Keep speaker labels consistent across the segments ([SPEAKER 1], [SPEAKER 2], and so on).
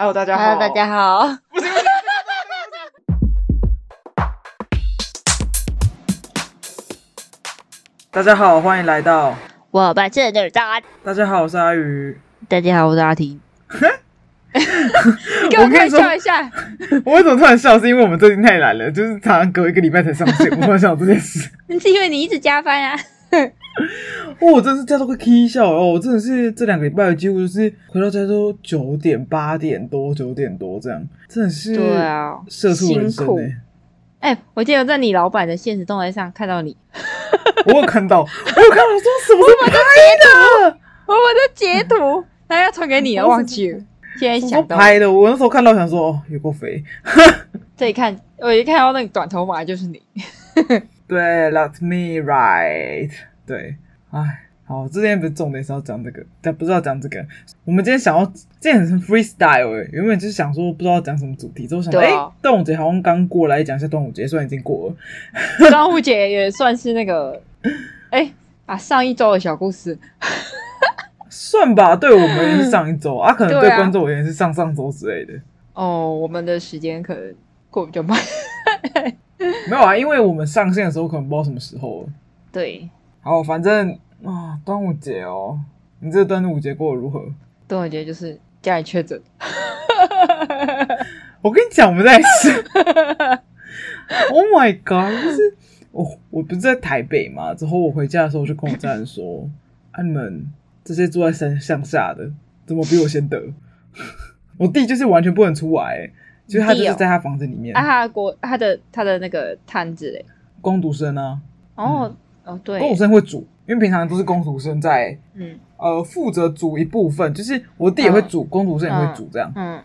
[SPEAKER 1] Hello，大家好。
[SPEAKER 2] Hello，大家好。
[SPEAKER 1] 大家好，欢迎来到。
[SPEAKER 2] 我把这就是大家。
[SPEAKER 1] 大家好，我是阿鱼。
[SPEAKER 2] 大家好，我是阿婷。 你
[SPEAKER 1] 我跟你说
[SPEAKER 2] 一下。
[SPEAKER 1] 我为什么突然笑？是因为我们最近太懒了，就是常常隔一个礼拜才上线。我突然想到这件事，
[SPEAKER 2] 是因为你一直加班啊？
[SPEAKER 1] 哦，我真是叫都快 K 笑了哦！我真的是这两个礼拜几乎就是回到家都九点、八点多、九点多这样，真的是
[SPEAKER 2] 对啊
[SPEAKER 1] 社畜人生
[SPEAKER 2] 辛苦
[SPEAKER 1] 哎、欸！
[SPEAKER 2] 哎、我记得在你老板的现实动态上看到你，
[SPEAKER 1] 我有看到，我有看到，说什么时候拍的？
[SPEAKER 2] 我我的截 图，然后要传给你了，
[SPEAKER 1] 我
[SPEAKER 2] 忘记了。现在
[SPEAKER 1] 什么时候
[SPEAKER 2] 想到，
[SPEAKER 1] 拍的？我那时候看到想说，哦，有够肥。
[SPEAKER 2] 这一看，我一看到那个短头发就 是你。
[SPEAKER 1] 对，Let me right。对，哎，好，之前不是重点是要讲这个，但不知道讲这个。我们今天想要，今天很 freestyle 哎、原本就是想说不知道讲什么主题，之后想到哎、
[SPEAKER 2] 对啊
[SPEAKER 1] 端午节好像刚过来，讲一下端午节，虽然已经过了。
[SPEAKER 2] 端午节也算是那个，哎、啊，上一周的小故事。
[SPEAKER 1] 算吧，对我们而言是上一周啊，可能对
[SPEAKER 2] 对啊
[SPEAKER 1] 观众而言是上上周之类的。
[SPEAKER 2] 哦，我们的时间可能过比较慢。
[SPEAKER 1] 没有啊，因为我们上线的时候可能不知道什么时候了。
[SPEAKER 2] 对，
[SPEAKER 1] 好，反正啊，端午节哦，你这端午节过得如何？
[SPEAKER 2] 端午节就是家里确诊。
[SPEAKER 1] 我跟你讲，我们在是 ，Oh my god！就是我我不是在台北嘛，之后我回家的时候我就跟我家人说，啊你们这些住在山乡下的，怎么比我先得？ 我弟就是完全不能出来、欸，就是他就
[SPEAKER 2] 你弟
[SPEAKER 1] 是
[SPEAKER 2] 哦
[SPEAKER 1] 在他房子里面，
[SPEAKER 2] 啊，他的国他的他的那个摊子嘞。
[SPEAKER 1] 工读生啊，
[SPEAKER 2] 哦、哦，对，
[SPEAKER 1] 工读生会煮，因为平常都是工读生在
[SPEAKER 2] 嗯
[SPEAKER 1] 呃负责煮一部分，就是我弟也会煮，工读生也会煮这样。
[SPEAKER 2] 嗯，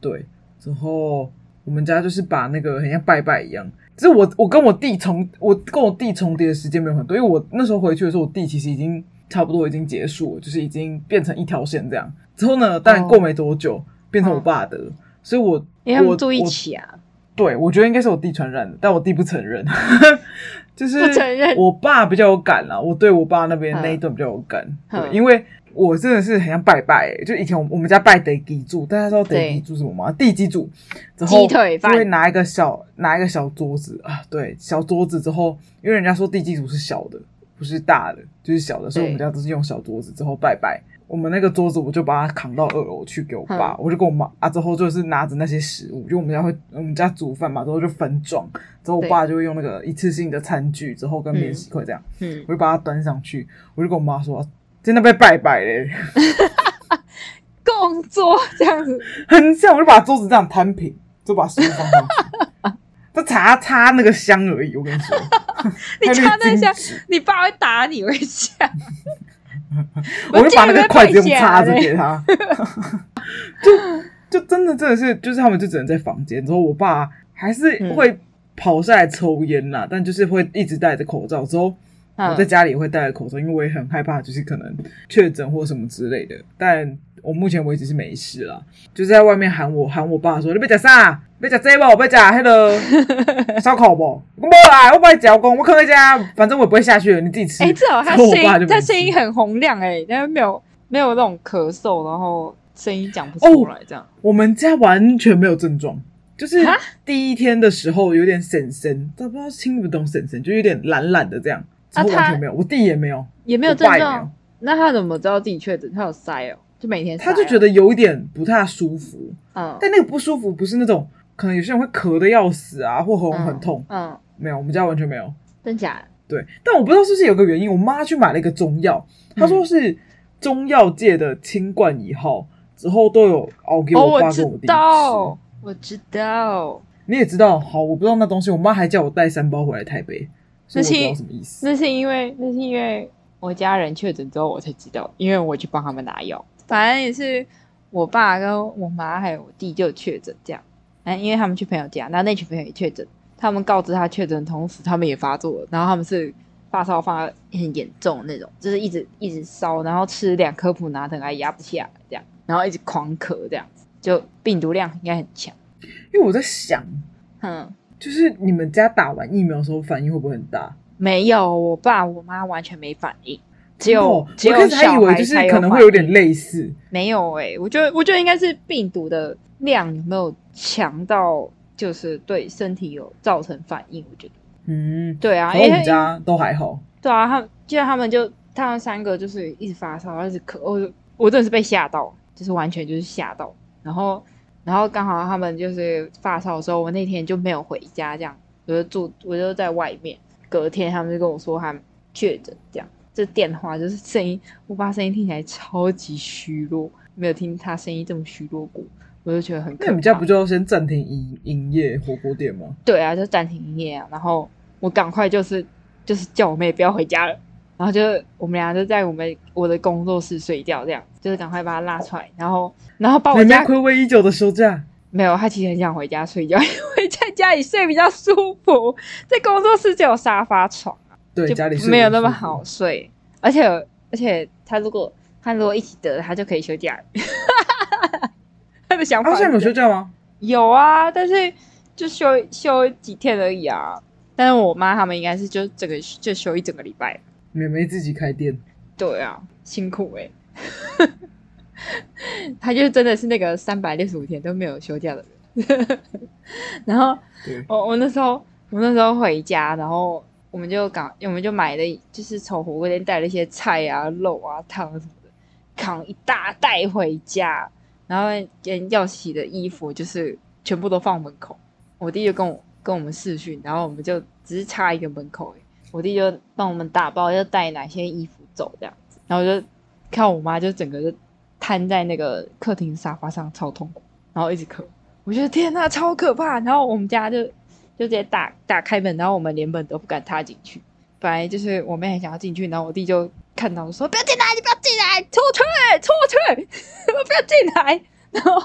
[SPEAKER 1] 对，之后我们家就是把那个很像拜拜一样，只是我我跟我弟重我跟我弟重叠的时间没有很多，因为我那时候回去的时候，我弟其实已经差不多已经结束了，就是已经变成一条线这样。之后呢，当然过没多久、变成我爸的，所以我
[SPEAKER 2] 哦嗯因为他
[SPEAKER 1] 我
[SPEAKER 2] 们住一
[SPEAKER 1] 我
[SPEAKER 2] 起啊，
[SPEAKER 1] 对，我觉得应该是我弟传染的，但我弟不承认， 就是
[SPEAKER 2] 不承认
[SPEAKER 1] 我爸比较有感啦，我对我爸那边
[SPEAKER 2] 嗯
[SPEAKER 1] 那一段比较有感，
[SPEAKER 2] 嗯
[SPEAKER 1] 对，因为我真的是很像拜拜、欸，就以前我们我们家拜地基主，大家知道地
[SPEAKER 2] 对
[SPEAKER 1] 基主是什么吗？地基主，之后
[SPEAKER 2] 鸡腿
[SPEAKER 1] 就
[SPEAKER 2] 饭
[SPEAKER 1] 会拿一个小拿一个小桌子啊，对，小桌子之后，因为人家说地基主是小的，不是大的，就是小的，所以我们
[SPEAKER 2] 对
[SPEAKER 1] 家都是用小桌子之后拜拜。我们那个桌子，我就把它扛到二楼去给我爸，
[SPEAKER 2] 嗯
[SPEAKER 1] 我就跟我妈啊，之后就是拿着那些食物，就我们家会我们家煮饭嘛，之后就分装，之后我
[SPEAKER 2] 对
[SPEAKER 1] 爸就会用那个一次性的餐具，之后跟免洗筷这样，
[SPEAKER 2] 嗯，
[SPEAKER 1] 我就把它端上去，我就跟我妈说，真的被拜拜嘞，
[SPEAKER 2] 共桌这样子，
[SPEAKER 1] 很像，我就把桌子这样摊平，就把食物放上去， 就擦擦那个香而已，我跟你说，
[SPEAKER 2] 你插那一下
[SPEAKER 1] 还有个金纸，
[SPEAKER 2] 你爸会打你，我跟你讲，
[SPEAKER 1] 我就把那
[SPEAKER 2] 竟然
[SPEAKER 1] 个
[SPEAKER 2] 被
[SPEAKER 1] 筷子用
[SPEAKER 2] 跪下
[SPEAKER 1] 叉子
[SPEAKER 2] 嘞
[SPEAKER 1] 给他， 就就真的真的是，就是他们就只能在房间。之后我爸还是
[SPEAKER 2] 嗯
[SPEAKER 1] 会跑下来抽烟啦，但就是会一直戴着口罩。之后 我在
[SPEAKER 2] 嗯，
[SPEAKER 1] 家里也会戴着口罩，因为我也很害怕，就是可能确诊或什么之类的。但我目前为止是没事啦，就是在外面喊我喊我爸说：“你别讲啥，别讲这不，别讲那个烧烤不，我没啦，我不会嚼工，我可以家，反正我也不会下去了，你自己吃。”
[SPEAKER 2] 哎、至少他
[SPEAKER 1] 之后我
[SPEAKER 2] 声
[SPEAKER 1] 爸就
[SPEAKER 2] 音他
[SPEAKER 1] 没吃
[SPEAKER 2] 声音很洪亮、哎，但是没有没有那种咳嗽，然后声音讲不
[SPEAKER 1] 哦
[SPEAKER 2] 出来这样，
[SPEAKER 1] 我们家完全没有症状，就是
[SPEAKER 2] 啊
[SPEAKER 1] 第一天的时候有点婶婶，但不知道听不懂婶婶，就有点懒懒的这样，之
[SPEAKER 2] 啊
[SPEAKER 1] 后完
[SPEAKER 2] 他
[SPEAKER 1] 全没有，我弟也没有，
[SPEAKER 2] 也没有
[SPEAKER 1] 我
[SPEAKER 2] 症
[SPEAKER 1] 爸也没有
[SPEAKER 2] 状，，那他怎么知道自己确诊？他有筛哦，就每天、
[SPEAKER 1] 他就觉，得有一点不太舒服，
[SPEAKER 2] 嗯，
[SPEAKER 1] 但那个不舒服不是那种可能有些人会咳的要死啊，或喉咙
[SPEAKER 2] 嗯
[SPEAKER 1] 很痛，
[SPEAKER 2] 嗯，
[SPEAKER 1] 没有，我们家完全没有。
[SPEAKER 2] 真假？
[SPEAKER 1] 对，但我不知道是不是有个原因，我妈去买了一个中药，她说是中药界的清冠一号，之后都有熬给
[SPEAKER 2] 哦，
[SPEAKER 1] 爸
[SPEAKER 2] 我
[SPEAKER 1] 跟
[SPEAKER 2] 知
[SPEAKER 1] 我弟吃。
[SPEAKER 2] 道，我知道，
[SPEAKER 1] 你也知道，好，我不知道那东西，我妈还叫我带三包回来台北，所以我不
[SPEAKER 2] 那是
[SPEAKER 1] 知道什么意思。
[SPEAKER 2] 那是因为那是因为我家人确诊之后我才知道，因为我去帮他们拿药。反正也是我爸跟我妈还有我弟就确诊这样，哎，因为他们去朋友家，然后那群朋友也确诊，他们告知他确诊的同时，他们也发作了，然后他们是发烧发得很严重那种，就是一直一直烧，然后吃两颗普拿疼还压不下来这样，然后一直狂咳这样子，就病毒量应该很强。
[SPEAKER 1] 因为我在想，
[SPEAKER 2] 嗯，
[SPEAKER 1] 就是你们家打完疫苗的时候反应会不会很大？
[SPEAKER 2] 没有，我爸我妈完全没反应，只有、
[SPEAKER 1] 哦
[SPEAKER 2] 只
[SPEAKER 1] 我
[SPEAKER 2] 有
[SPEAKER 1] 开始还以
[SPEAKER 2] 小
[SPEAKER 1] 为
[SPEAKER 2] 孩
[SPEAKER 1] 就是
[SPEAKER 2] 才
[SPEAKER 1] 可能
[SPEAKER 2] 反
[SPEAKER 1] 会有
[SPEAKER 2] 应欸
[SPEAKER 1] 点类似，
[SPEAKER 2] 没有哎、我觉得我觉得应该是病毒的量有没有强到就是对身体有造成反应，我觉得
[SPEAKER 1] 嗯，
[SPEAKER 2] 对啊，
[SPEAKER 1] 然
[SPEAKER 2] 因
[SPEAKER 1] 后
[SPEAKER 2] 为
[SPEAKER 1] 我们家都还好，
[SPEAKER 2] 对啊，他们就像他们就他们三个就是一直发烧，一直咳，我我真的是被吓到，就是完全就是吓到。然后然后刚好他们就是发烧的时候，我那天就没有回家，这样我就住我就在外面。隔天他们就跟我说他们确诊，这样这电话就是声音，我爸声音听起来超级虚弱，没有听他声音这么虚弱过，我就觉得很可
[SPEAKER 1] 那
[SPEAKER 2] 怕。
[SPEAKER 1] 你们家不就要先暂停营营业火锅店吗？
[SPEAKER 2] 对啊，就暂停营业啊。然后我赶快就是就是叫我妹不要回家了，然后就我们俩就在我们我的工作室睡觉，这样就是赶快把她拉出来，然后然后哦把
[SPEAKER 1] 你
[SPEAKER 2] 我
[SPEAKER 1] 们
[SPEAKER 2] 家
[SPEAKER 1] 暌违已久的休假，
[SPEAKER 2] 没有，她其实很想回家睡觉，因 为在家里睡比较舒服，在工作室就有沙发床，
[SPEAKER 1] 对，
[SPEAKER 2] 就
[SPEAKER 1] 家里是
[SPEAKER 2] 没有那么
[SPEAKER 1] 舒服啊
[SPEAKER 2] 好，睡，而且而且她如果她如果一起得了，她就可以休假了。 她的想法
[SPEAKER 1] 啊，
[SPEAKER 2] 是这
[SPEAKER 1] 现在
[SPEAKER 2] 样
[SPEAKER 1] 有休假吗？
[SPEAKER 2] 有啊，但是就休休几天而已啊。但是我妈他们应该是就整个就休一整个礼拜。
[SPEAKER 1] 妹妹自己开店，
[SPEAKER 2] 对啊，辛苦 哎、欸。他就真的是那个三百六十五天都没有休假的人。 然后
[SPEAKER 1] 对，
[SPEAKER 2] 我我那时候我那时候回家，然后我们就搞，我们就买了，就是从火锅店带了一些菜啊、肉啊、汤什么的，扛一大袋回家。然后连要洗的衣服就是全部都放门口。我弟就跟我跟我们视讯，然后我们就只是差一个门口而已，我弟就帮我们打包要带哪些衣服走这样子。然后我就看我妈就整个就瘫在那个客厅沙发上，超痛苦，然后一直咳。我觉得天呐，超可怕！然后我们家就就直接打打开门，然后我们连门都不敢踏进去。本来就是我妹很想要进去，然后我弟就看到说：“不要进来，你不要进来，出去，出 去，不要进来。”然后，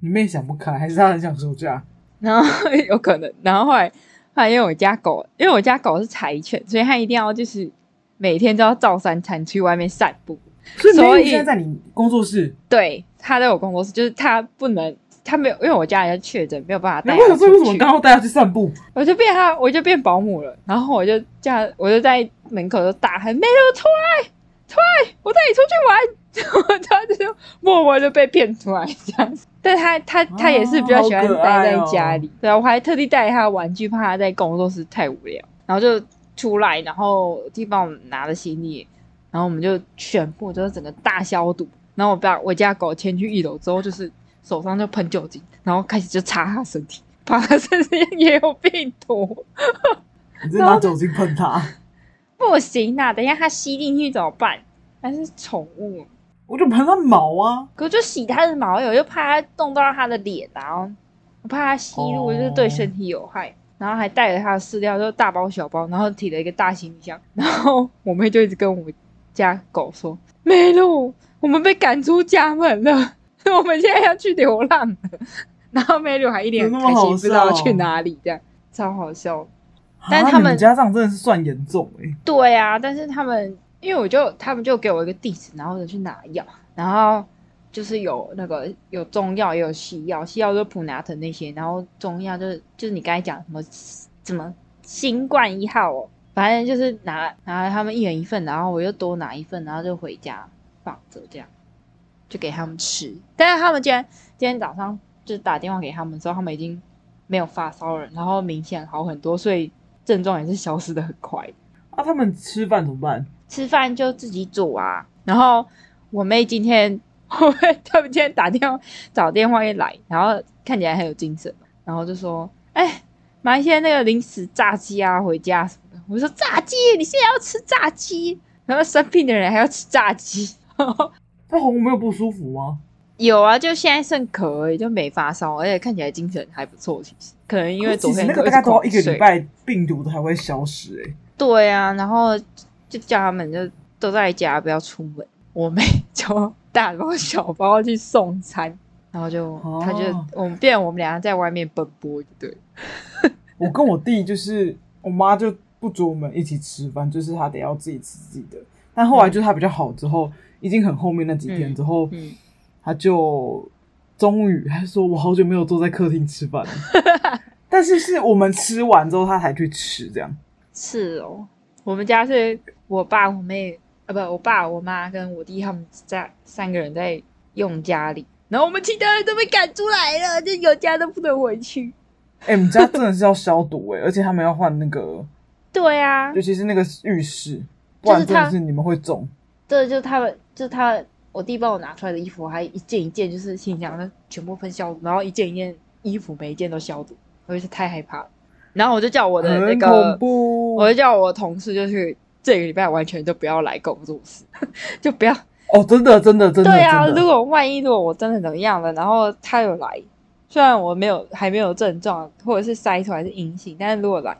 [SPEAKER 1] 你妹想不开，还是她很想休假？
[SPEAKER 2] 然后 有可能，然后后来后来因为我家狗，因为我家狗是柴犬，所以它一定要就是每天都要照三餐去外面散步。
[SPEAKER 1] 所以妹
[SPEAKER 2] 所以
[SPEAKER 1] 妹现在在你工作室，
[SPEAKER 2] 对，它在我工作室，就是它不能，它没有，因为我家人确诊，没有办法带
[SPEAKER 1] 难怪
[SPEAKER 2] 它出
[SPEAKER 1] 我
[SPEAKER 2] 去。
[SPEAKER 1] 说为什么刚好带她去散步？
[SPEAKER 2] 我就变他，我就变保姆了。然后我就这样，我就在门口就大喊：“妹妹，出来，出来，我带你出去玩。” 他就默默就被骗出来这样子。但他他他也是比较喜欢
[SPEAKER 1] 哦好可
[SPEAKER 2] 待
[SPEAKER 1] 爱
[SPEAKER 2] 在
[SPEAKER 1] 哦
[SPEAKER 2] 家里，对啊，我还特地带他玩具，怕他在工作室太无聊。然后就出来，然后地方我们拿了行李，然后我们就全部就是整个大消毒。然后我把我家狗牵去一楼之后，就是手上就喷酒精，然后开始就擦它身体，怕它身上也有病毒。
[SPEAKER 1] 你真的拿酒精喷她，
[SPEAKER 2] 不行啊，等一下它吸进去怎么办？它是宠物，
[SPEAKER 1] 我就喷她毛啊！
[SPEAKER 2] 可我就洗它的毛，我就怕它动到它的脸啊，然后我怕它吸入
[SPEAKER 1] 哦
[SPEAKER 2] 就是对身体有害。然后还带着它的饲料，就大包小包，然后提了一个大行李箱。然后我妹就一直跟我家狗说：“梅露，我们被赶出家门了， 我们现在要去流浪了。”然后梅露还一脸很
[SPEAKER 1] 有那
[SPEAKER 2] 开
[SPEAKER 1] 么
[SPEAKER 2] 心，
[SPEAKER 1] 好
[SPEAKER 2] 不知道
[SPEAKER 1] 笑
[SPEAKER 2] 去哪里，这样超好笑。但
[SPEAKER 1] 啊
[SPEAKER 2] 他
[SPEAKER 1] 你
[SPEAKER 2] 们
[SPEAKER 1] 们家长真的是算严重哎、
[SPEAKER 2] 对啊，但是他们因为我就他们就给我一个地址，然后我就去拿药，然后就是有那个有中药也有西药，西药就普拿疼那些，然后中药就是就是你刚才讲什么什么新冠一号哦，反正就是拿拿了他们一人一份，然后我又多拿一份，然后就回家放着这样，就给他们吃。但是他们今天今天早上就是打电话给他们之后，他们已经没有发烧了，然后明显好很多，所以症状也是消失的很快。
[SPEAKER 1] 啊，他们吃饭怎么办？
[SPEAKER 2] 吃饭就自己煮啊。然后我妹今天，我妹他们今天打电话找电话一来，然后看起来很有精神，然后就说：“哎，买一些那个零食炸鸡啊，回家什么的。”我说：“炸鸡，你现在要吃炸鸡？然后生病的人还要吃炸鸡？
[SPEAKER 1] 她喉咙没有不舒服吗？
[SPEAKER 2] 有啊，就现在剩咳而已，就没发烧，而且看起来精神还不错。其实可能因为
[SPEAKER 1] 可是
[SPEAKER 2] 昨
[SPEAKER 1] 其实
[SPEAKER 2] 天
[SPEAKER 1] 那个
[SPEAKER 2] 都
[SPEAKER 1] 大概
[SPEAKER 2] 直
[SPEAKER 1] 都要一个
[SPEAKER 2] 狂睡
[SPEAKER 1] 礼拜，病毒才会消失哎、
[SPEAKER 2] 对啊，然后就叫他们就都在家，不要出门。我妹就大包小包去送餐，然后就、
[SPEAKER 1] 哦
[SPEAKER 2] 他就我们变我们俩在外面奔波，对，
[SPEAKER 1] 我跟我弟就是，我妈就不准我们一起吃饭，就是她得要自己吃自己的。但后来就是她比较好之后，已经很后面那几天之后，
[SPEAKER 2] 嗯，
[SPEAKER 1] 她就终于她说：“我好久没有坐在客厅吃饭了。” 但是是我们吃完之后，她才去吃这样。
[SPEAKER 2] 是哦。我们家是我爸、我妹啊，不，我爸、我妈跟我弟他们在三个人在用家里，然后我们其他人都被赶出来了，就有家都不能回去。
[SPEAKER 1] 哎、你们家真的是要消毒哎、而且他们要换那个，
[SPEAKER 2] 对啊
[SPEAKER 1] 尤，其是那个浴室，不然真
[SPEAKER 2] 就是它
[SPEAKER 1] 的是你们会中。
[SPEAKER 2] 这就是他们，就是他我弟帮我拿出来的衣服，我还一件一件就是心想的全部分消毒，然后一件一件衣服每一件都消毒，我就是太害怕了。然后我就叫我的那
[SPEAKER 1] 很
[SPEAKER 2] 个
[SPEAKER 1] 恐，怖
[SPEAKER 2] 我就叫我同事，就是这个礼拜完全都不要来工作室， 就不要
[SPEAKER 1] 哦，真的真的真的
[SPEAKER 2] 对啊，
[SPEAKER 1] 真
[SPEAKER 2] 如
[SPEAKER 1] 的，
[SPEAKER 2] 果万一如果我真的怎么样了，然后他有来，虽然我没有还没有症状，或者是筛出来是阴性，但是如果来，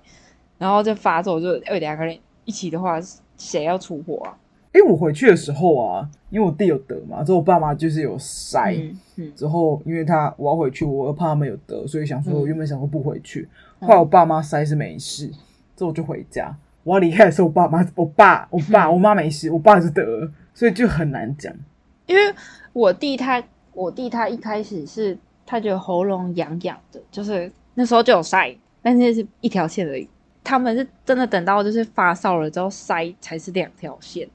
[SPEAKER 2] 然后就发作，就有两个人一起的话，谁要出货啊？
[SPEAKER 1] 因为我回去的时候啊，因为我弟有得嘛，之后我爸妈就是有筛。
[SPEAKER 2] 嗯嗯，
[SPEAKER 1] 之后，因为他我要回去，我又怕他们有得，所以想说，
[SPEAKER 2] 嗯
[SPEAKER 1] 我原本想说不回去，
[SPEAKER 2] 嗯
[SPEAKER 1] 后来我爸妈塞是没事，之后我就回家。我要离开的时候，我爸妈、我爸、我爸、
[SPEAKER 2] 嗯
[SPEAKER 1] 我妈没事，我爸是得了，所以就很难讲。
[SPEAKER 2] 因为我弟他，我弟他一开始是他觉得喉咙痒痒的，就是那时候就有塞，但是是一条线而已。他们是真的等到就是发烧了之后塞才是两条线，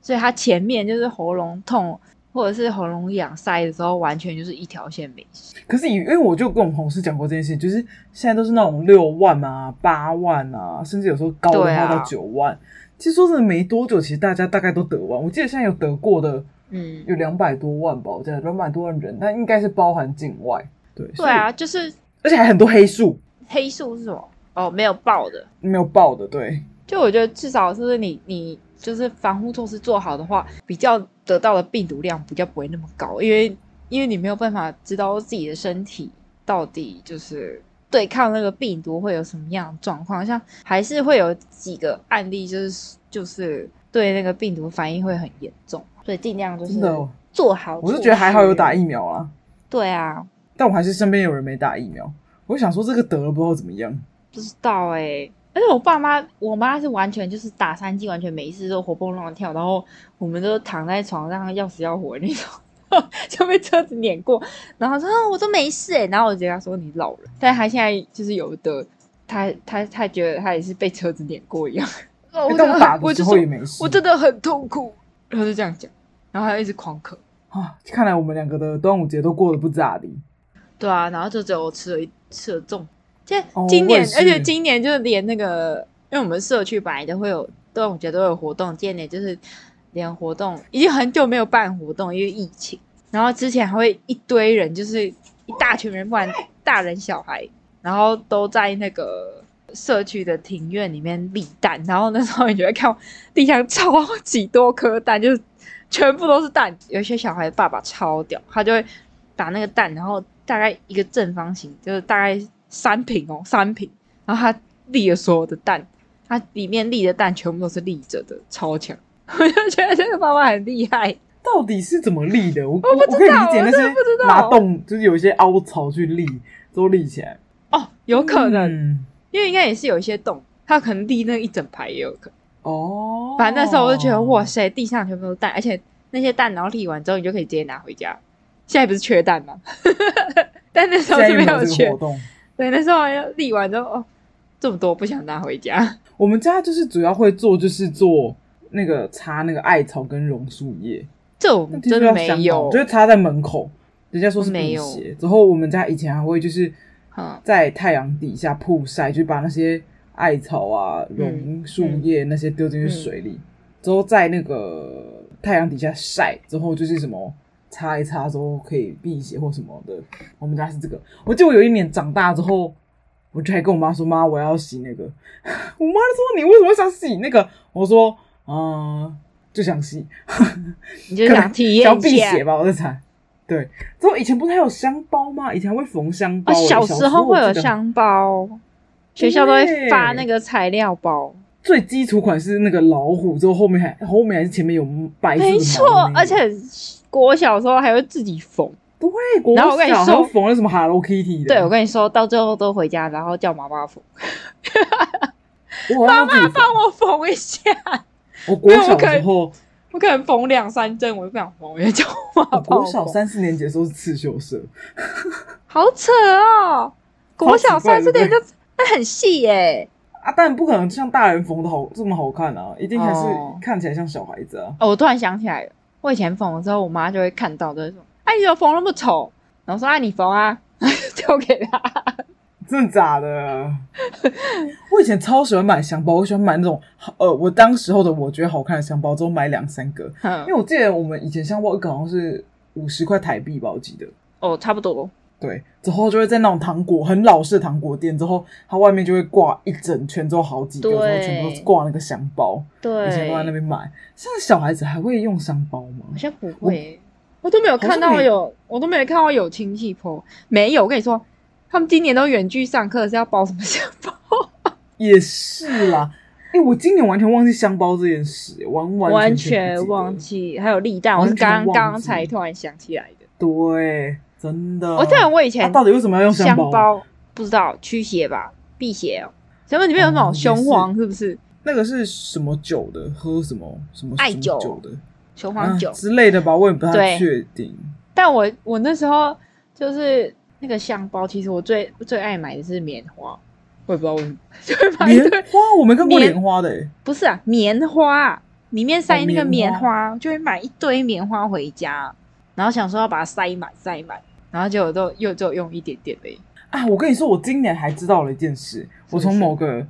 [SPEAKER 2] 所以他前面就是喉咙痛或者是喉咙痒塞的时候，完全就是一条线没事。
[SPEAKER 1] 可是以，因为我就跟我们同事讲过这件事，就是现在都是那种六万啊、八万啊，甚至有时候高的
[SPEAKER 2] 对
[SPEAKER 1] 话
[SPEAKER 2] 啊
[SPEAKER 1] 到九万。其实说真的，没多久，其实大家大概都得完。我记得现在有得过的
[SPEAKER 2] 嗯，
[SPEAKER 1] 有两百多万吧，我记得两百多万人，那应该是包含境外。对，
[SPEAKER 2] 对啊，，就是
[SPEAKER 1] 而且还很多黑数
[SPEAKER 2] 黑素是什么？哦，没有爆的。
[SPEAKER 1] 没有报的，对。
[SPEAKER 2] 就我觉得至少是你你就是防护措施做好的话，比较得到的病毒量比较不会那么高，因为因为你没有办法知道自己的身体到底就是对抗那个病毒会有什么样的状况，像还是会有几个案例就是就是对那个病毒反应会很严重，所以尽量就是
[SPEAKER 1] 真的哦
[SPEAKER 2] 做好。
[SPEAKER 1] 我是觉得还好有打。疫苗啦，
[SPEAKER 2] 对啊，
[SPEAKER 1] 但我还是身边有人没打疫苗。我想说这个得了不知道怎么样，
[SPEAKER 2] 不知道哎、而且我爸妈，我妈是完全就是打三剂，完全没事，就活蹦乱跳，然后我们都躺在床上要死要活那种， 就被车子碾过，然后她说、啊、我都没事哎、然后我就跟她说你老了，但她现在就是有的，她她她觉得她也是被车子碾过一样，哦我
[SPEAKER 1] 欸
[SPEAKER 2] 真
[SPEAKER 1] 但我
[SPEAKER 2] 的很
[SPEAKER 1] 打
[SPEAKER 2] 我
[SPEAKER 1] 的时
[SPEAKER 2] 就
[SPEAKER 1] 候
[SPEAKER 2] 说
[SPEAKER 1] 也没事。
[SPEAKER 2] 我真的很痛苦，然后就这样讲，然后她就一直狂咳，
[SPEAKER 1] 啊，看来我们两个的端午节都过得不咋地。
[SPEAKER 2] 对啊，然后就只有我吃了一吃了粽。这
[SPEAKER 1] 哦
[SPEAKER 2] 今
[SPEAKER 1] 我
[SPEAKER 2] 年，
[SPEAKER 1] 也是
[SPEAKER 2] 而且今年就是连那个，因为我们社区本来都会有端午节都有活动，今年就是连活动已经很久没有办活动，因为疫情。然后之前还会一堆人，就是一大群人，不管大人小孩，然后都在那个社区的庭院里面立蛋。然后那时候你就会看到地上超级多颗蛋，就是全部都是蛋。有一些小孩爸爸超屌，他就会把那个蛋，然后大概一个正方形，就是大概三平哦，三平，然后他立了所有的蛋，他里面立的蛋全部都是立着的，超强。 我就觉得这个妈妈很厉害，
[SPEAKER 1] 到底是怎么立的？我我
[SPEAKER 2] 不知道
[SPEAKER 1] 可以理解那
[SPEAKER 2] 我真的
[SPEAKER 1] 些
[SPEAKER 2] 不知道
[SPEAKER 1] 拿洞，就是有一些凹槽去立，都立起来。
[SPEAKER 2] 哦，有可能，
[SPEAKER 1] 嗯、
[SPEAKER 2] 因为应该也是有一些洞，它可能立那一整排也有可能。
[SPEAKER 1] 哦，
[SPEAKER 2] 反正那时候我就觉得，哇，塞，地上全部都是蛋，而且那些蛋然后立完之后，你就可以直接拿回家。现在不是缺蛋吗？ 但那时
[SPEAKER 1] 现
[SPEAKER 2] 候
[SPEAKER 1] 在
[SPEAKER 2] 是
[SPEAKER 1] 又
[SPEAKER 2] 没
[SPEAKER 1] 没有
[SPEAKER 2] 有
[SPEAKER 1] 这个
[SPEAKER 2] 缺
[SPEAKER 1] 活，动。
[SPEAKER 2] 对，那时候要立完之后，哦，这么多不想拿 回家。
[SPEAKER 1] 我们家就是主要会做，就是做那个插那个艾草跟榕树叶。
[SPEAKER 2] 这我们真的没有
[SPEAKER 1] 就，是插在门口，人家说是
[SPEAKER 2] 没
[SPEAKER 1] 辟
[SPEAKER 2] 有
[SPEAKER 1] 邪。之后我们家以前还会就是
[SPEAKER 2] 嗯
[SPEAKER 1] 在太阳底下曝晒，就把那些艾草啊、
[SPEAKER 2] 嗯
[SPEAKER 1] 榕树叶那些丢进去水里，之后在那个太阳底下晒，之后就是什么。擦一擦之后可以辟邪或什么的，我们家是这个。我记得我有一年长大之后，我就还跟我妈说：“妈，我要洗那个。” 我妈就说：“你为什么会想洗那个？”我说：“嗯、就想洗。”
[SPEAKER 2] 你就想体验
[SPEAKER 1] 想要
[SPEAKER 2] 一
[SPEAKER 1] 辟
[SPEAKER 2] 下
[SPEAKER 1] 邪。吧，我在猜。对，之后以前不是还有香包吗？以前还会缝香包、
[SPEAKER 2] 哦，
[SPEAKER 1] 欸
[SPEAKER 2] 小时候会有，
[SPEAKER 1] 我记
[SPEAKER 2] 香包，学校都会发那个材料包。
[SPEAKER 1] 得最基础款是那个老虎，之后后面还后面还是前面有白色的毛
[SPEAKER 2] 没
[SPEAKER 1] 那个
[SPEAKER 2] 错，而且国小的时候还会自己缝。
[SPEAKER 1] 对，国
[SPEAKER 2] 然后我跟你
[SPEAKER 1] 小
[SPEAKER 2] 说
[SPEAKER 1] 还会缝了什么 Hello Kitty 的，
[SPEAKER 2] 对，我跟你说到最后都回家，然后叫妈妈缝，
[SPEAKER 1] 我妈妈
[SPEAKER 2] 帮我缝一下。
[SPEAKER 1] 我国小
[SPEAKER 2] 没有我可
[SPEAKER 1] 的
[SPEAKER 2] 以
[SPEAKER 1] 时候，
[SPEAKER 2] 我可能缝两三针，我就不想缝，我就叫我妈
[SPEAKER 1] 我
[SPEAKER 2] 帮我
[SPEAKER 1] 哦国
[SPEAKER 2] 缝。
[SPEAKER 1] 小三四年级的时候是刺绣社，
[SPEAKER 2] 好扯哦，国小
[SPEAKER 1] 超奇怪
[SPEAKER 2] 三四年
[SPEAKER 1] 对
[SPEAKER 2] 就那很细耶、
[SPEAKER 1] 啊，但不可能像大人缝的好这么好看啊，一定还是
[SPEAKER 2] 哦
[SPEAKER 1] 看起来像小孩子啊。
[SPEAKER 2] 哦，我突然想起来了，我以前缝的时候，我妈就会看到，就是说：“哎、你怎么缝那么丑？然后说啊，你缝啊， 丢给他。
[SPEAKER 1] 真的假的？我以前超喜欢买香包，我喜欢买那种呃，我当时候的我觉得好看的香包，之后买两三个，因为
[SPEAKER 2] 嗯，
[SPEAKER 1] 我记得我们以前香包一个好像是五十块台币吧，我记得。
[SPEAKER 2] 哦，差不多。
[SPEAKER 1] 对，之后就会在那种糖果很老式的糖果店，之后它外面就会挂一整圈，之后好几个，之后
[SPEAKER 2] 对
[SPEAKER 1] 全部都是挂那个香包，以前都在那边买。现在小孩子还会用香包吗
[SPEAKER 2] 好？像不会，我都没有看
[SPEAKER 1] 好
[SPEAKER 2] 到
[SPEAKER 1] 像没
[SPEAKER 2] 有，我都没有看到有亲戚婆，没有。我跟你说，他们今年都远距上课，是要包什么香包？
[SPEAKER 1] 也是啦，哎、我今年完全忘记香包这件事，完完
[SPEAKER 2] 完
[SPEAKER 1] 全不
[SPEAKER 2] 全
[SPEAKER 1] 记得
[SPEAKER 2] 忘。记，还有立蛋，我
[SPEAKER 1] 完
[SPEAKER 2] 是
[SPEAKER 1] 全
[SPEAKER 2] 刚
[SPEAKER 1] 忘
[SPEAKER 2] 刚
[SPEAKER 1] 记
[SPEAKER 2] 才突然想起来的。
[SPEAKER 1] 对，真的。
[SPEAKER 2] 我记得我以前
[SPEAKER 1] 啊到底为什么要用
[SPEAKER 2] 香
[SPEAKER 1] 包？
[SPEAKER 2] 包不知道驱邪吧，辟邪哦。什么里面有那
[SPEAKER 1] 哦
[SPEAKER 2] 种
[SPEAKER 1] 也
[SPEAKER 2] 雄
[SPEAKER 1] 是
[SPEAKER 2] 黄，是不是？
[SPEAKER 1] 那个是什么酒的？喝什么什么
[SPEAKER 2] 艾
[SPEAKER 1] 什么
[SPEAKER 2] 酒
[SPEAKER 1] 酒的？
[SPEAKER 2] 雄
[SPEAKER 1] 啊
[SPEAKER 2] 黄酒。
[SPEAKER 1] 之类的吧，我也不
[SPEAKER 2] 对
[SPEAKER 1] 太确 定。
[SPEAKER 2] 但我我那时候就是那个香包，其实我最最爱买的是棉花，我也不知道为什么，就会买一
[SPEAKER 1] 莲
[SPEAKER 2] 堆
[SPEAKER 1] 花我没看过
[SPEAKER 2] 棉
[SPEAKER 1] 莲花的、欸，
[SPEAKER 2] 不是啊，棉花里面塞那个棉
[SPEAKER 1] 哦
[SPEAKER 2] 花，就会买一堆棉花回家，然后想说要把它塞满塞满，然后结果都又只有用一点点而已。
[SPEAKER 1] 啊，我跟你说，我今年还知道了一件事，我从某个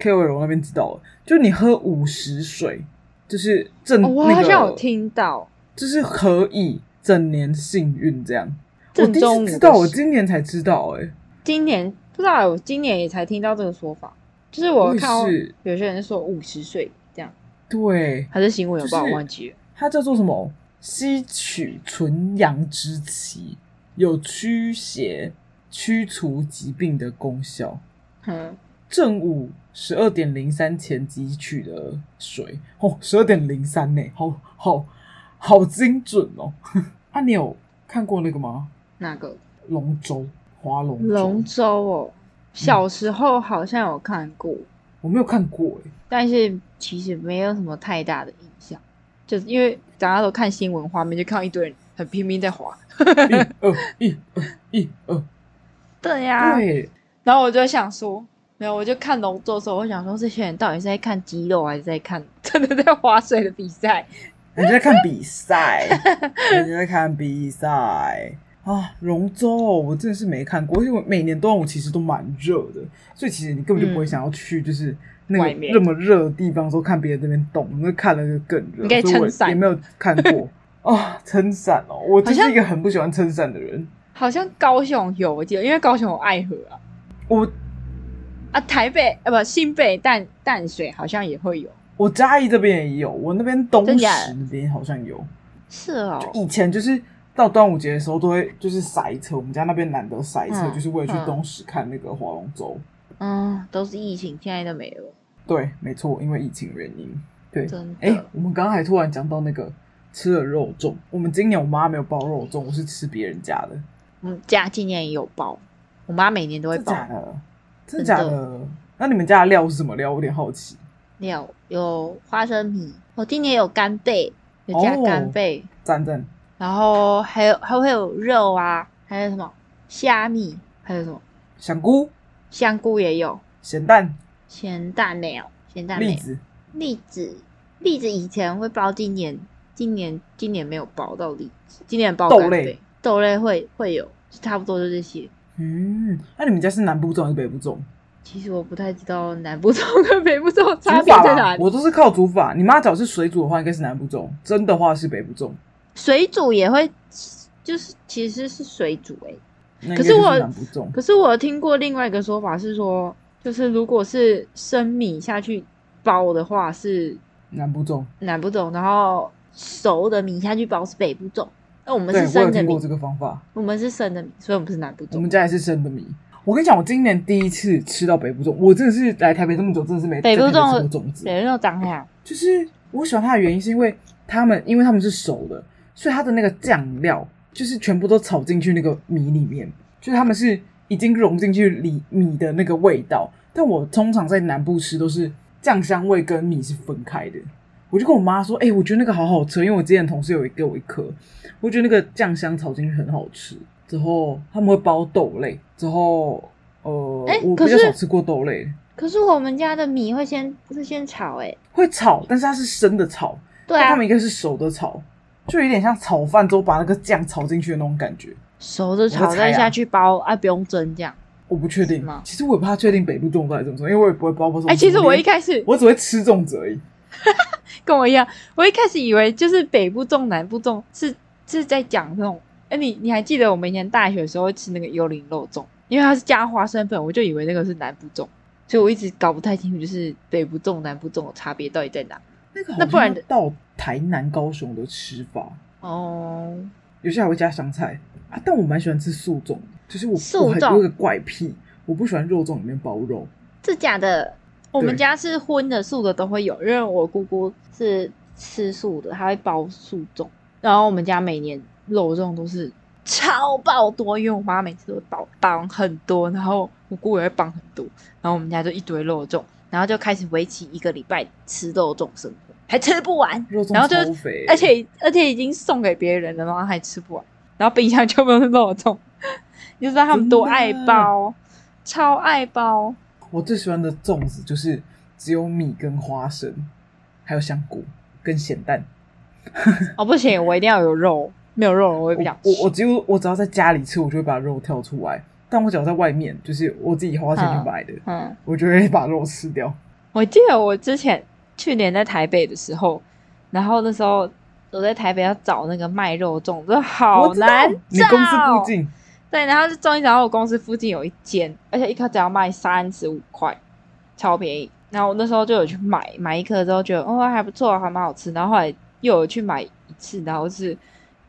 [SPEAKER 1] KOL 那边知道了，就是你喝五十水，就是正、
[SPEAKER 2] 哦，我
[SPEAKER 1] 嗯那
[SPEAKER 2] 好
[SPEAKER 1] 个，
[SPEAKER 2] 像有听到
[SPEAKER 1] 就是可以整年幸运这样。我
[SPEAKER 2] 正
[SPEAKER 1] 第
[SPEAKER 2] 中
[SPEAKER 1] 一
[SPEAKER 2] 午
[SPEAKER 1] 次知
[SPEAKER 2] 的
[SPEAKER 1] 道，我
[SPEAKER 2] 时
[SPEAKER 1] 今年才知道、欸，哎，
[SPEAKER 2] 今年不知道，我今年也才听到这个说法，就是我
[SPEAKER 1] 我也
[SPEAKER 2] 看到
[SPEAKER 1] 是
[SPEAKER 2] 有些人说五十岁这样，
[SPEAKER 1] 对，
[SPEAKER 2] 还是新闻有
[SPEAKER 1] 就是
[SPEAKER 2] 报我忘记了。
[SPEAKER 1] 它叫做什么？吸取纯阳之气，有驱邪、驱除疾病的功效。
[SPEAKER 2] 嗯，
[SPEAKER 1] 正午十二点零三前汲取的水，哦，十二点零三呢，好好好精准哦。 啊，你有看过那个吗？
[SPEAKER 2] 那个
[SPEAKER 1] 龙舟，划龙舟嗯
[SPEAKER 2] 龙，舟哦，小时候好像有看过，
[SPEAKER 1] 我没有看过哎。
[SPEAKER 2] 但是其实没有什么太大的印象，就是因为大家都看新闻画面，就看到一堆人很拼命在滑。
[SPEAKER 1] 一二一二一二，
[SPEAKER 2] 对呀、
[SPEAKER 1] 对，啊
[SPEAKER 2] 然后我就想说，没有，我就看龙舟的时候，我想说这些人到底是在看肌肉，还是在看 真的在划水的比赛？
[SPEAKER 1] 人家在看比赛，人家在看比赛啊！龙舟哦我真的是没看过，因为每年端午其实都蛮热的，所以其实你根本就不会
[SPEAKER 2] 嗯
[SPEAKER 1] 想要去，就是那
[SPEAKER 2] 外
[SPEAKER 1] 个
[SPEAKER 2] 面
[SPEAKER 1] 那么热的地方，说看别人那边动，那看了就更热。
[SPEAKER 2] 你可以
[SPEAKER 1] 所我
[SPEAKER 2] 撑伞
[SPEAKER 1] 也没有看过啊，撑伞哦，我就
[SPEAKER 2] 好
[SPEAKER 1] 是
[SPEAKER 2] 像
[SPEAKER 1] 一个很不喜欢撑伞的人。
[SPEAKER 2] 好像高雄有，我记得，因为高雄有爱河啊，
[SPEAKER 1] 我
[SPEAKER 2] 啊，台北啊不新北淡淡水好像也会有，
[SPEAKER 1] 我嘉义这边也有，我那边东
[SPEAKER 2] 真
[SPEAKER 1] 石
[SPEAKER 2] 假的
[SPEAKER 1] 那边好像有。
[SPEAKER 2] 是哦，
[SPEAKER 1] 以前就是到端午节的时候都会就是塞车，我们家那边难得塞车，
[SPEAKER 2] 嗯
[SPEAKER 1] 就是为了去
[SPEAKER 2] 嗯
[SPEAKER 1] 东石看那个划龙舟。
[SPEAKER 2] 嗯，都是疫情，现在都没了，
[SPEAKER 1] 对，没错，因为疫情原因。对，
[SPEAKER 2] 真的。
[SPEAKER 1] 哎、我们刚刚还突然讲到那个吃了肉粽，我们今年我妈没有包肉粽，我是吃别人家的，
[SPEAKER 2] 我们家嗯今年也有包，我妈每年都会
[SPEAKER 1] 真
[SPEAKER 2] 包
[SPEAKER 1] 假的？真的
[SPEAKER 2] 真的
[SPEAKER 1] 假的？那你们家的料是什么料？我有点好奇。
[SPEAKER 2] 料，有花生米，我今年有干贝，有加
[SPEAKER 1] 哦
[SPEAKER 2] 干贝，
[SPEAKER 1] 赞赞，
[SPEAKER 2] 然后还有还会有肉啊，还有什么虾米，还有什么
[SPEAKER 1] 香菇、
[SPEAKER 2] 香菇也有，
[SPEAKER 1] 咸蛋、
[SPEAKER 2] 咸蛋没有，咸蛋没
[SPEAKER 1] 栗
[SPEAKER 2] 有，
[SPEAKER 1] 子，
[SPEAKER 2] 栗子，栗子以前会包，今年今年今年没有包到栗子，今年包
[SPEAKER 1] 豆
[SPEAKER 2] 干
[SPEAKER 1] 类
[SPEAKER 2] 贝，豆类会会有，差不多就这些。
[SPEAKER 1] 嗯，那你们家是南部粽还是北部粽？
[SPEAKER 2] 其实我不太知道南部粽跟北部粽差
[SPEAKER 1] 煮
[SPEAKER 2] 别
[SPEAKER 1] 法
[SPEAKER 2] 在
[SPEAKER 1] 啦
[SPEAKER 2] 哪，里。
[SPEAKER 1] 我都是靠煮法。你妈只要是水煮的话，应该是南部粽；蒸的话是北部粽。
[SPEAKER 2] 水煮也会，就是其实是水煮哎、
[SPEAKER 1] 那应
[SPEAKER 2] 可
[SPEAKER 1] 该
[SPEAKER 2] 是
[SPEAKER 1] 就
[SPEAKER 2] 我
[SPEAKER 1] 南部粽，
[SPEAKER 2] 可是我有听过另外一个说法是说，就是如果是生米下去包的话是
[SPEAKER 1] 南部粽。
[SPEAKER 2] 南部粽，然后熟的米下去包是北部粽。那我们
[SPEAKER 1] 对
[SPEAKER 2] 是，
[SPEAKER 1] 我有
[SPEAKER 2] 生的
[SPEAKER 1] 听
[SPEAKER 2] 米
[SPEAKER 1] 过，这个方法。
[SPEAKER 2] 我们是生的米，所以我们不是南部
[SPEAKER 1] 我
[SPEAKER 2] 粽
[SPEAKER 1] 们。家也是生的米。我跟你讲，我今年第一次吃到北部粽，我真的是来台北这么久，真的是没
[SPEAKER 2] 北部
[SPEAKER 1] 在台北
[SPEAKER 2] 粽
[SPEAKER 1] 吃过粽子。
[SPEAKER 2] 对，那种长这样，
[SPEAKER 1] 就是我喜欢它的原因，是因为他们，因为他们是熟的，所以它的那个酱料就是全部都炒进去那个米里面，就是他们是已经融进去里米的那个味道。但我通常在南部吃都是酱香味跟米是分开的。我就跟我妈说，哎、我觉得那个好好吃，因为我之前同事有给我一颗，我觉得那个酱香炒进去很好吃。之后他们会包豆类，之后呃，
[SPEAKER 2] 哎
[SPEAKER 1] 我
[SPEAKER 2] 可
[SPEAKER 1] 比较
[SPEAKER 2] 是
[SPEAKER 1] 少吃过豆类，
[SPEAKER 2] 可是我们家的米会先会先炒哎、
[SPEAKER 1] 会炒，但是它是生的炒，
[SPEAKER 2] 对
[SPEAKER 1] 但
[SPEAKER 2] 啊
[SPEAKER 1] 他们，应该是熟的炒。就有点像炒饭之后把那个酱炒进去的那种感觉。
[SPEAKER 2] 熟的
[SPEAKER 1] 我
[SPEAKER 2] 炒
[SPEAKER 1] 会猜
[SPEAKER 2] 蛋
[SPEAKER 1] 啊
[SPEAKER 2] 下去包，啊，不用蒸这样。
[SPEAKER 1] 我不确
[SPEAKER 2] 是
[SPEAKER 1] 定
[SPEAKER 2] 吗，
[SPEAKER 1] 其实我也不太确定北路粽到底怎么做，因为我也不会包包粽。
[SPEAKER 2] 哎、其实我一
[SPEAKER 1] 连
[SPEAKER 2] 开始
[SPEAKER 1] 我只会吃粽子而已。
[SPEAKER 2] 跟我一样，我一开始以为就是北部粽、南部粽是是在讲这种。哎、你你还记得我们以前大学的时候吃那个幽灵肉粽，因为它是加花生粉，我就以为那个是南部粽，所以我一直搞不太清楚，就是北部粽、南部粽的差别到底在哪。
[SPEAKER 1] 那个好
[SPEAKER 2] 那不然
[SPEAKER 1] 像到台南、高雄的吃法，
[SPEAKER 2] 哦，
[SPEAKER 1] 有些还会加香菜啊。但我蛮喜欢吃素粽的，就是我
[SPEAKER 2] 素
[SPEAKER 1] 我很
[SPEAKER 2] 粽
[SPEAKER 1] 有一个怪癖，我不喜欢肉粽里面包肉。
[SPEAKER 2] 是假的。我们
[SPEAKER 1] 对
[SPEAKER 2] 家是荤的、素的都会有，因为我姑姑是吃素的，她会包素粽。然后我们家每年肉粽都是超爆多，因为我妈每次都会包绑很多，然后我姑也会绑很多，然后我们家就一堆肉粽，然后就开始为期一个礼拜吃肉粽生活，还吃不完，
[SPEAKER 1] 肉粽
[SPEAKER 2] 然后就
[SPEAKER 1] 超肥，
[SPEAKER 2] 而且而且已经送给别人了，然后还吃不完，然后冰箱就没有肉粽， 你就知道他们多爱
[SPEAKER 1] 真的
[SPEAKER 2] 包，超爱包。
[SPEAKER 1] 我最喜欢的粽子就是只有米跟花生，还有香菇跟咸蛋。
[SPEAKER 2] 哦，不行，我一定要有肉，没有肉我也不
[SPEAKER 1] 我
[SPEAKER 2] 想吃。
[SPEAKER 1] 我我只有我只要在家里吃，我就会把肉挑出来。但我只要在外面，就是我自己花钱
[SPEAKER 2] 嗯
[SPEAKER 1] 去买的，
[SPEAKER 2] 嗯，
[SPEAKER 1] 我就会把肉吃掉。
[SPEAKER 2] 我记得我之前去年在台北的时候，然后那时候我在台北要找那个卖肉粽，真的好
[SPEAKER 1] 我知道
[SPEAKER 2] 难
[SPEAKER 1] 你公司
[SPEAKER 2] 找
[SPEAKER 1] 附。近，
[SPEAKER 2] 对，然后就终于找到我公司附近有一间，而且一颗只要卖三十五块，超便宜。然后我那时候就有去买，买一颗之后觉得哦还不错，还蛮好吃。然后后来又有去买一次，然后是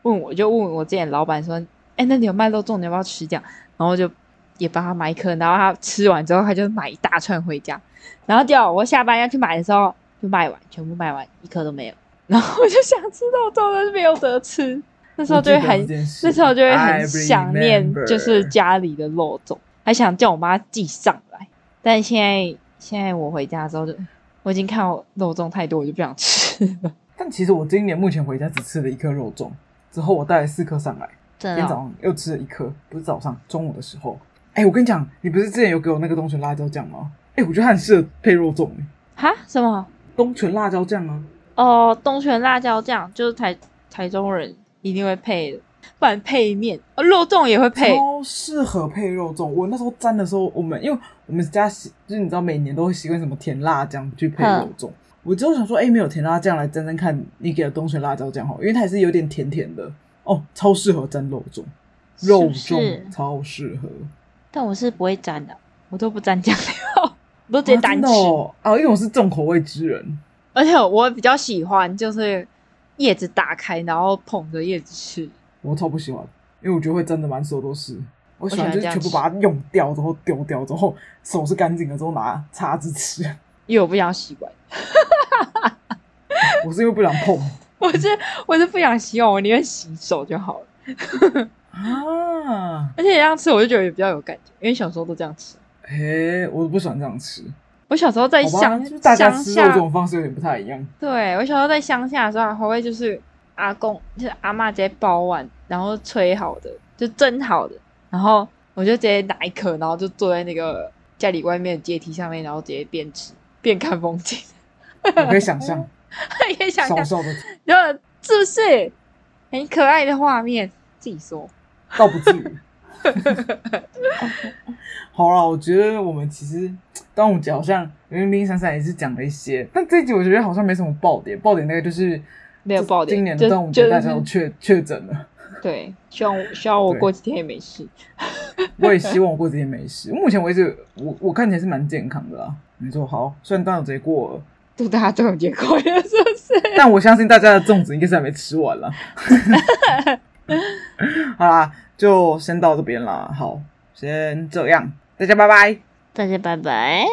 [SPEAKER 2] 问我就问我之前老板说，哎，那你有卖肉粽，你要不要吃？这样，然后就也帮他买一颗，然后他吃完之后他就买一大串回家，然后结果我下班要去买的时候就卖完，全部卖完，一颗都没有。然后我就想吃肉粽，但是没有得吃。那时候就会很那
[SPEAKER 1] 那
[SPEAKER 2] 时候就会很想念，就是
[SPEAKER 1] 家。
[SPEAKER 2] 家里的肉粽，还想叫我妈寄上来。但现在现在我回家之后就，我已经看到肉粽太多，我就不想吃了。
[SPEAKER 1] 但其实我今年目前回家只吃了一颗肉粽，之后我带了四颗上来，
[SPEAKER 2] 真哦
[SPEAKER 1] 今天早上又吃了一颗，不是早上，中午的时候。哎、我跟你讲，你不是之前有给我那个东泉辣椒酱吗？哎、我觉得它很适合配肉粽、欸，
[SPEAKER 2] 哈？什么？
[SPEAKER 1] 东泉辣椒酱啊，
[SPEAKER 2] 哦，东泉辣椒酱就是台台中人一定会配的，不然配面，哦、肉粽也会配。
[SPEAKER 1] 超适合配肉粽。我那时候沾的时候，我们因为我们家习就是你知道每年都会习惯什么甜辣酱去配
[SPEAKER 2] 嗯
[SPEAKER 1] 肉粽，我就想说，哎、没有甜辣酱来沾沾看你给的东泉辣椒酱好，因为它也是有点甜甜的哦，超适合沾肉粽，肉粽
[SPEAKER 2] 是不是
[SPEAKER 1] 超适合。
[SPEAKER 2] 但我是不会沾的，我都不沾酱料， 我都直接
[SPEAKER 1] 啊
[SPEAKER 2] 单
[SPEAKER 1] 真
[SPEAKER 2] 吃。
[SPEAKER 1] 的哦啊，因为我是重口味之人，
[SPEAKER 2] 而且我比较喜欢就是叶子打开，然后捧着叶子吃。
[SPEAKER 1] 我超不喜欢，因为我觉得会沾的满手都是。我喜欢
[SPEAKER 2] 我喜欢
[SPEAKER 1] 就
[SPEAKER 2] 这
[SPEAKER 1] 是
[SPEAKER 2] 样
[SPEAKER 1] 全部把它用掉之后丢掉之后，手是干净的之后拿叉子吃。
[SPEAKER 2] 因为我不想洗碗，
[SPEAKER 1] 我是因为不想碰
[SPEAKER 2] 我是我是不想洗碗，我宁愿洗手就好了。
[SPEAKER 1] 啊，
[SPEAKER 2] 而且这样吃我就觉得比较有感觉，因为小时候都这样吃。
[SPEAKER 1] 嘿，我不喜欢这样吃。
[SPEAKER 2] 我小时候在
[SPEAKER 1] 好吧，
[SPEAKER 2] 乡
[SPEAKER 1] 就是大家
[SPEAKER 2] 乡
[SPEAKER 1] 吃肉
[SPEAKER 2] 下
[SPEAKER 1] 这，种方式有点不太一样。
[SPEAKER 2] 对我小时候在乡下的时候，还会就是阿公就是阿嬷直接包完，然后吹好的，就蒸好的，然后我就直接拿一颗，然后就坐在那个家里外面的阶梯上面，然后直接边吃边看风景。
[SPEAKER 1] 我可以想象，
[SPEAKER 2] 也 想
[SPEAKER 1] 小
[SPEAKER 2] 看，
[SPEAKER 1] 小的
[SPEAKER 2] 然后是不是很可爱的画面？自己说。
[SPEAKER 1] 倒不至于。好啦，我觉得我们其实端午节好像零零散散也是讲了一些，但这一集我觉得好像没什么爆点，爆点大概就是
[SPEAKER 2] 没有
[SPEAKER 1] 这
[SPEAKER 2] 爆点
[SPEAKER 1] 今年
[SPEAKER 2] 就
[SPEAKER 1] 的端午节
[SPEAKER 2] 就
[SPEAKER 1] 大家都
[SPEAKER 2] 是
[SPEAKER 1] 确确诊了，
[SPEAKER 2] 对，希望我希望我
[SPEAKER 1] 对
[SPEAKER 2] 过几天也没事。
[SPEAKER 1] 我也希望我过这些没事。目前为止，我我看起来是蛮健康的啦。没错，好，虽然端午节过了，
[SPEAKER 2] 祝大家端午节快乐，是不是？
[SPEAKER 1] 但我相信大家的粽子应该是还没吃完了。好啦，就先到这边啦。好，先这样，大家拜拜。
[SPEAKER 2] 大家拜拜。